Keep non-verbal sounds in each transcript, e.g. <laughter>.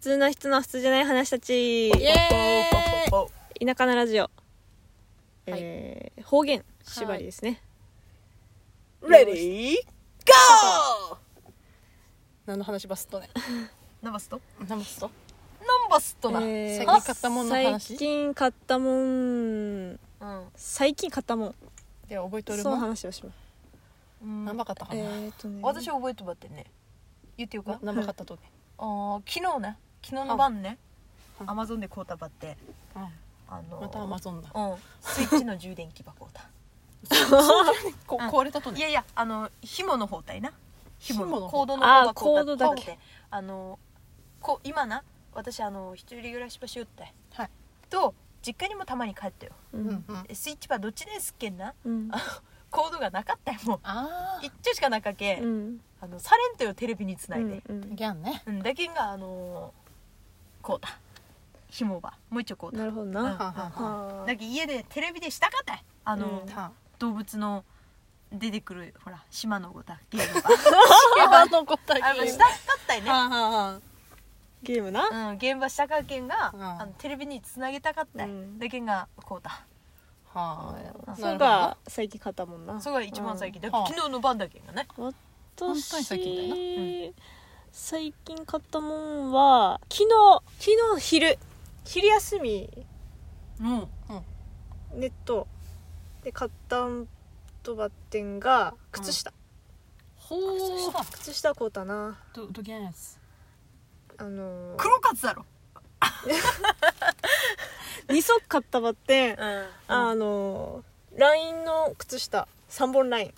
通な人の普通じゃない話たちイエーイおおおお田舎のラジオ、はいえー方言縛りですね、レディーゴー何の話バストねナンバスト何バストナンバストだ、えー最近買ったもんの話最近買ったもんうん最近買ったもんで覚えとるそのもん話をしますうん何ばかったかえなーっとね私覚えてばってね言ってよかな何ばかったとねあー昨日ね昨日の晩ねうんアマゾンで買うたばってうんあのまたアマゾンだうんスイッチの充電器ば買うたこうん壊れたといねやいやあの紐の包帯な紐紐ののコードのあ方ーが買うたコードだけ買うてあのこ今な私あの一人暮らし場所よってはいと実家にもたまに帰ったよううんうんんでスイッチばどっちですっけんなうんコードがなかったよもうあ一丁しかなかけ、うんあのサレントよテレビにつないで、うんうんギャンねうん、だけんがあのーこうだ紐ばもう一丁こうだなるほどうんなはんはんはんはだけん家でテレビでしたかったいあのうー、んはん動物の出てくるほら島の <laughs> ごだゲームばゲバの答えあのしたかったいねはんはんはんゲームなうん、現場したかけんが、うんあのテレビにつなげたかったい、うんだけんがこうだはあそうが最近買ったもんなそれが一番最近、だはあ昨日の晩だけんがね本当に最近だよな私最近買ったもんは昨日昨日昼昼休みうんネットで買ったんとばってんが靴下、ほう靴下買うたなどどぎゃんやつあのー、黒カツだろ2足買ったばってん、んあのー、ラインの靴下3本ライン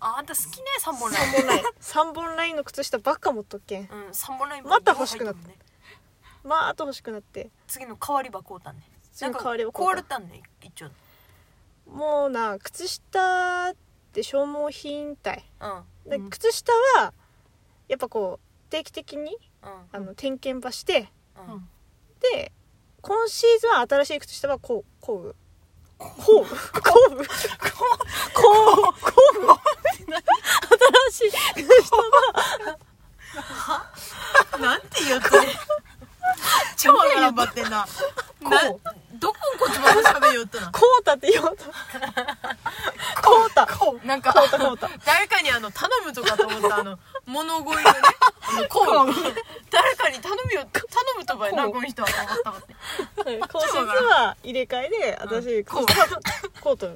あんた好きね3本ライ3本ライン3 <laughs> 本ラインの靴下ばっか持っとっけんンうん3本ラインまた欲しくなったねまああと欲しくなって次の代わりばこうたんね次の代わりば買こううたれたんね一応もうな靴下って消耗品体うんうんでうん靴下はやっぱこう定期的にあの点検ばしてうんで今シーズンは新しい靴下はこうこうこうこうこうこう新しい靴下なんて言うとね超頑張ってんななこどこをこっちまで喋りよったなこうたって言おうとこうたこなんかうたこうた誰かにあの頼むとかと思ったあの物乞いのねあ <laughs> のこう誰かに頼むよ頼むとばいなこうこの人はと思ったもんねはい今シーズンは入れ替えで新しい靴下とこうと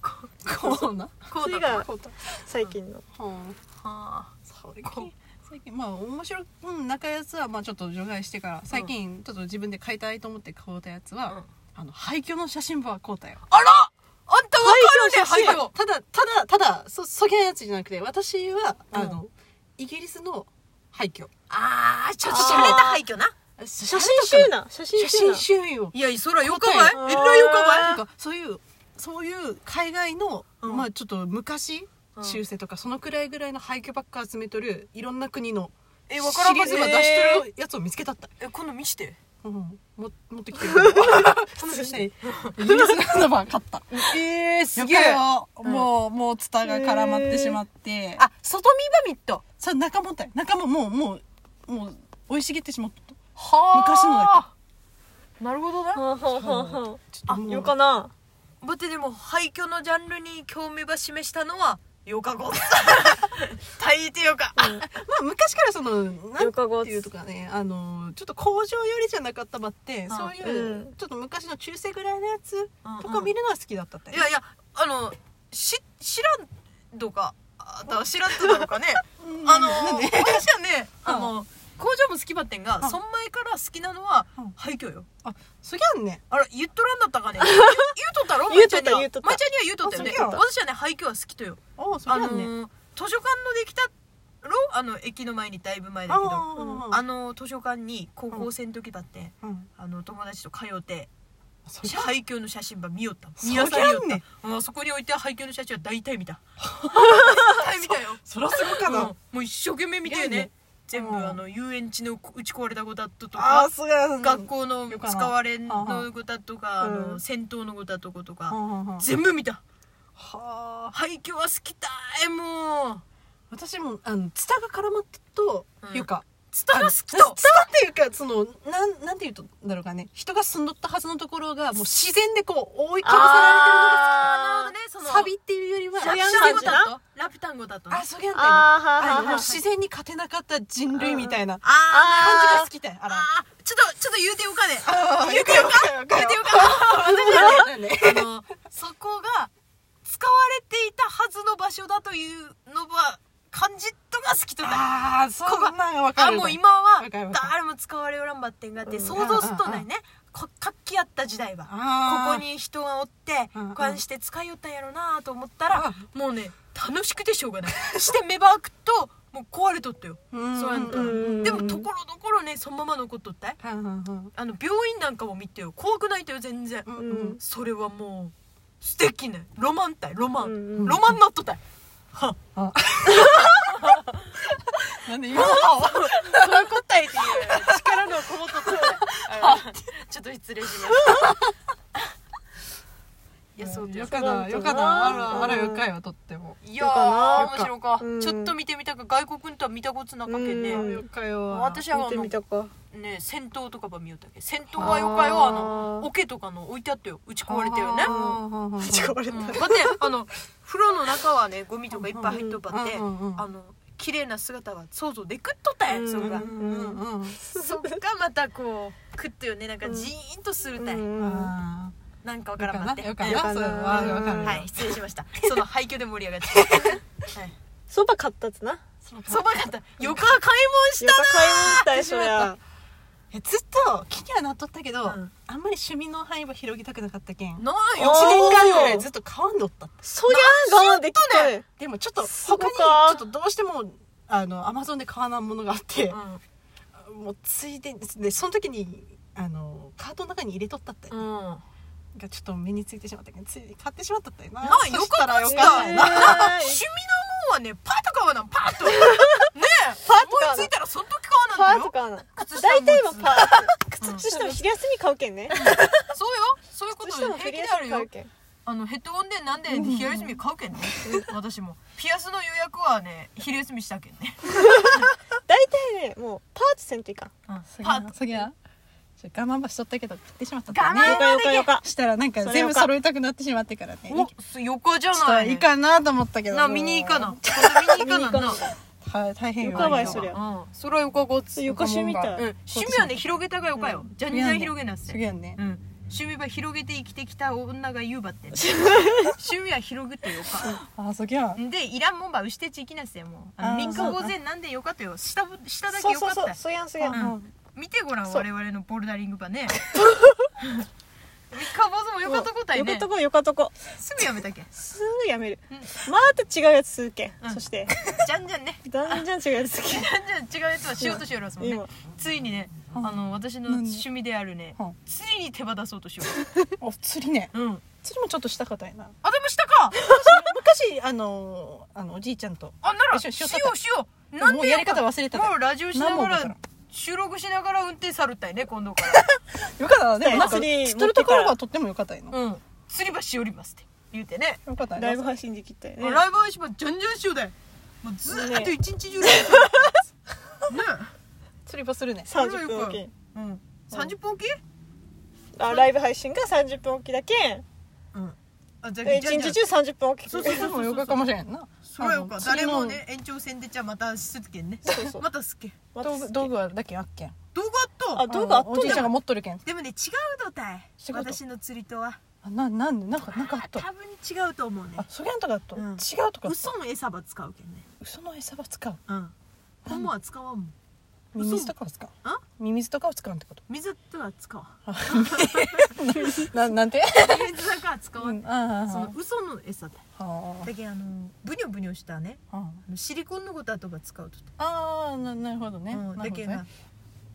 こうなこそうれだがこうた最近のはあは最近最近まあ面白い、うん、仲やつはまあちょっと除外してから最近ちょっと自分で買いたいと思って買うたやつは、うんあの廃墟の写真ば買うたよああらあんたわかるねた廃だ墟ただただそそげなやつじゃなくて私は、うんあのイギリスの廃墟ああちょっとしゃれた廃墟な写写真真集な写真写集真ない集よいやそらよかばい答ええらいよかばいなんかそういうそういう海外の、うんまあちょっと昔、うん中世とかそのくらいぐらいの廃墟ばっか集めとるいろんな国のえシわからんリかーっズたば出しとるやつを見つけたったえ今度見してうん、も持ってき <laughs> てる。話してい <laughs> い。イギリスの番勝った。ええすげえよ。もう、もうツタが絡まってしまって。あ、あ外見ばみっとさ、仲間たい。仲間もう、もう、もう、生い茂ってしまった。は昔のだけなるほどなはあはあはあはちょっとあもうよかな待ってでも廃墟のジャンルに興味ば示したのはよかご大抵よかまあ、昔からその、なんよかごていうとかね、あの、ちょっと工場よりじゃなかったばって、あそういう、うんちょっと昔の中世ぐらいのやつとうんかうん見るのは好きだったって。いやいやあのし知らんとかあだ知らんとだろうかねうんあのなんで私はねあの工場も好きばってんがうんそん前から好きなのはうん廃墟よそりゃんね。あら言っとらんだったかね言う言うとったろ言うとったまいちゃんに言はうとったまいちゃんには言うとったよねあそうや私はね廃墟は好きとよああ、そりあゃのーんね。図書館のできたろあの駅の前にだいぶ前だけどあああ、の図書館に高校生の時だって、うん。あの友達と通ってそりゃ廃墟の写真ば見よったそ見りゃやされよったねあーそこに置いてある廃墟の写真は大体見た大体見たよそりゃすごうかんな。もう一生懸命見てよいやねね全部うんあの遊園地の打ち壊れたごだとあかあ、すごい。学校のよ使かなわれんのごだとかあうんの戦闘のごだとことかは全部見たあ廃墟は好きたいもう私もあのツタが絡まったと、うんいうかツタが好き伝わとっていうか、その、なん、なんて言うと、だろうかね。人が住んどったはずのところが、もう自然でこう、覆いかぶさらあーなるほどねそのれてるのが、サビっていうよりは、ラピャンタンゴ感じだとラピタンゴだとねあ、そうやったよね。あーはーはあーのはー自然に勝てなかった人類みたいな感あーじが好きだよ。あら。あーちょっとちょっと言うてよかね言うてよか言うてよかねよね。あのそこが使われていたはずの場所だというのは感じっとが好きとだああ、そんなんがわかある。もう今はわかるわかる誰も使われおらんばってんがあってうん想像すっとないねこ活気やった時代はあー、ここに人がおってうんうんこうして使いよったんやろなと思ったうらもうね楽しくてしょうがない <laughs> して芽ばくともう壊れとったようん、そうやっうたらんうんうんでもところどころねそのまま残っとったいうんうんあの病院なんかも見てよ怖くないとよ全然うんううんん。それはもう素敵ねロマンたいロマン、うんうんロマンなっとったいあなんで今そういう答えっていう力のこもっとったいちょっと失礼しま <laughs> したいやそうですよかだ、よかだ、あら、あらよかよ、とっても。いやよかーな面白か、うんちょっと見てみたか外国のとは見たことなかけね、うんよかよ。私は見あてのみたかね戦闘とかば見よったけ戦闘はよかよあのあーオケとかの置いてあったよ打ち壊れたよねあー使われうんただってあの風呂の中はねゴミとかいっぱい入っとばって、うんうんうんあの綺麗な姿が想像でくっとったやんそれが、うんうんうんうん。そっがまたこうくっとよねなんかじーんとするたい、うんあなんかわーかよらんばかってな、よかうんな、それはわかるよ。はい失礼しましたその配給で盛り上がっちゃった、はい、そば買ったっつなそばかったよか買い物しよか買い物したでしょあーやえずっと気にはなっとったけど、うんあんまり趣味の範囲は広げたくなかったけん1なあおよー年間ぐらいずっと買わんでおったってそりゃ我慢できたねでもちょっとすご他かにちょっとどうしてもあのアマゾンで買わないものがあって、もうついでにでその時にあのカートの中に入れとったって、うん、うん、ながちょっと目についてしまったけどついに買ってしまったってなあそよしたからっよたかったなよよなかった趣味のもんはねパッと買わなパッとねえパッと買わな思いついたらその時買パわなんーだとよかな靴下も大体はパーうん靴下も昼休み買うけんねそうよそういうこ靴と下も平昼気で休あるみよ買うけんあのヘッドホンでなんで昼休み買うけんね、私もピアスの予約はね昼休みしたけんね、大体ねもうパーツせんといかんうん、パパッーとト次は我慢ばしとったけど買ってしまったって我慢よかよかよかしたらなんかそれ全よ部か揃えたくなってしまってからねちょおす横じゃっとない、いね、いかなと思ったけどな見に行かなも今度見に行かななうた大変よかわいそりゃうん、それはよかごっつ、うん、よか趣味みたい趣味はね広げたがよかよ、じゃんじゃん広げなっすせ、げえねうん、趣味ば広げて生きてきた女が言うばって趣味は広げてよかあそげゃでいらんもんばうしてち行きなっせもうあのあー民そ家うか午前なんでよかとよ下ぶ下だけそうよそかうったそようそやんそやんうん見てごらんそう我々のボルダリングばね三日坊主もよかったことはいよかねとこよかとこすぐやめたけんすぐやめるうんまた違うやつするけんうんそしてじゃんじゃんねだんじゃん違うやつするけんじゃんじゃん違うやつはしようとしよるすもんね今ついにねあうんの私の何趣味であるねうん釣りに手羽出そうとしよお釣りねううん釣りもちょっとしたかったやなあでもしたか昔あのあのおじいちゃんとあなら一し緒よにしよううしようなんもでうやり方忘れたもようラジオしなが何も覚えたらの収録しながら運転さるったいね今度からよかったでもなんか釣り釣るところがとってもよかったよなうん釣りばしおりますって言うてねよかったよライブ配信できたよもねうライブ配信ばじゃんじゃんしようだよもうずーっと一日中ライブねえ釣り場するね30分おきにうん、30分おき、あライブ配信が30分おきだけんうん、あじゃあ1じゃあ日中30分おきそうそうでもよかかもしれんなそれはよかあの釣誰りのもね延長戦でじゃあまたすっけんねそうそうまたすっけんまた道具道具はだけあっけん動画ああっと道具あっのとおんじいちゃんねが持っとるけんでもね違うのたい違うと私の釣りとはあななんでなんかなんかあっと多分違うと思うねあそげんとかとうん違うとかあった嘘の餌ば使うけんね嘘の餌は使ううん本物は使わんもんミミズとかを使うあミミズとかを使うってこと水とは使わんななんて水だから使わうんんあそのー嘘の餌だあーだけどあのブニョブニョしたねあーあのシリコンのことあとば使うとってあーななるほどねうんだなるほけどどね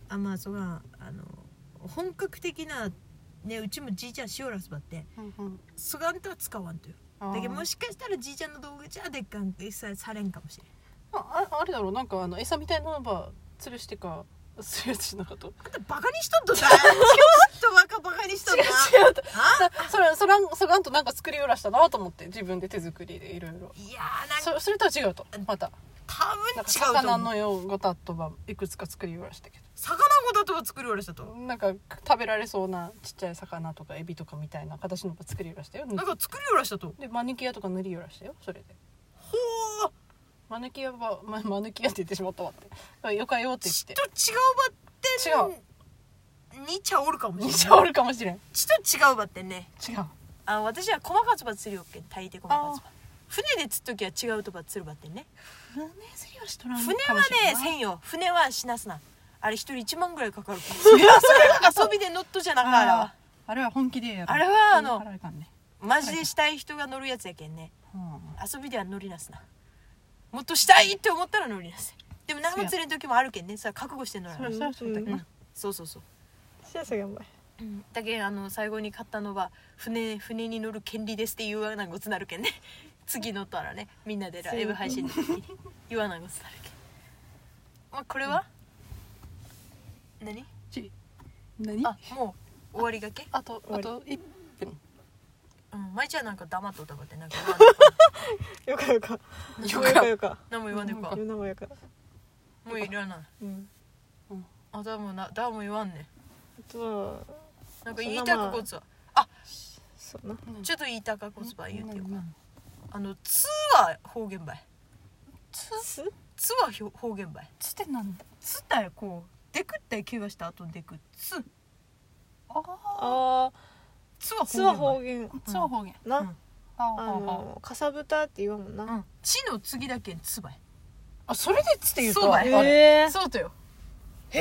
あまあそらあの本格的なねうちもじいちゃんしおらすばってうんうんそがんとは使わんとよあーだけどもしかしたらじいちゃんの道具じゃでっかん一切されんかもしれんあああれだろうなんかあの餌みたいなのば吊るしてかするやつしなかったあんたバカにしとっとだちょっとバカバカにしとっと違うとあそれそれそれあんとなんか作りよらしたなと思って自分で手作りでいろいろいやーなんかそそれとは違うとまた多分違なんかうと思魚うのようごたっとはいくつか作りましたけ魚ごだとは作り終わりしたどとなんか食べられそうなちっちゃい魚とかエビとかみたいな形のが作りましたよなんか作り終わりしたとでマヌキアとか塗りよらしたよそれでほーマヌキアは、ま、マヌキアって言ってしまったわってよかよってちと言っ違てうバッテンにちゃおるかもしれ似ないちゃおるかもしれん違ちと違うバッテンねうあ私は細かつば釣りよっけん大抵細かあつば船で釣っときは違うとば釣るばってんね船釣りはしとらん船はねせんよ船はしなすなあれ一人1万ぐらいかかる <laughs> からいやそれ遊びで乗っとじゃなかあらあれは本気でやるあれはあの払いかんねマジでしたい人が乗るやつやけんねうん遊びでは乗りなすなもっとしたいって思ったら乗りなさいでも何も釣れん時もあるけんねそれは覚悟して乗らそなれいはそれはそうだけどなそうそうそうしやさがうまいだけんあの最後に買ったのは船船に乗る権利ですって言わなごつなるけんね <laughs> 次乗ったらねみんなでライブ配信の時に言わなごつなるけんまあこれは、何ち何あもう終わりがけ、あとわありと1分うん、舞ちゃんなんか黙っとったばってなんか言わん <laughs> よかよかよよかかよか何も言わんでなんかか世のもよかもういらないうんあだもなだも言わんねあとはなんか言いたくこつはそうなちょっと言いたくこつば言うてようんあの「つ」は方言ばいつす「つ」はひょ方言ばいつってなんだ「つ」ったよこうでくったよ怪我した後にでく「つ」ああ「つ」はーつは方方言言ーつは方言な、うんああーあーあーのかさぶたって言わんもんな、ばいうん「ち」の次だけ「つ」ばいあそれでつって言うとそうだあよれえそうだよへ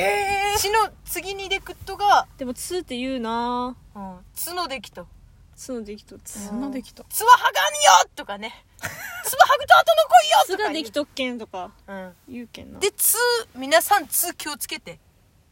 え「ち」の次にでくっとがでもつって言うな「つ」のできとつのできとつそんなできた「つ」ははがんよとか <laughs> ね「つ」ははぐと後の来いよとつかが言でうきとっけんとかうん言うけんなで「つ」皆さん「つ」気をつけて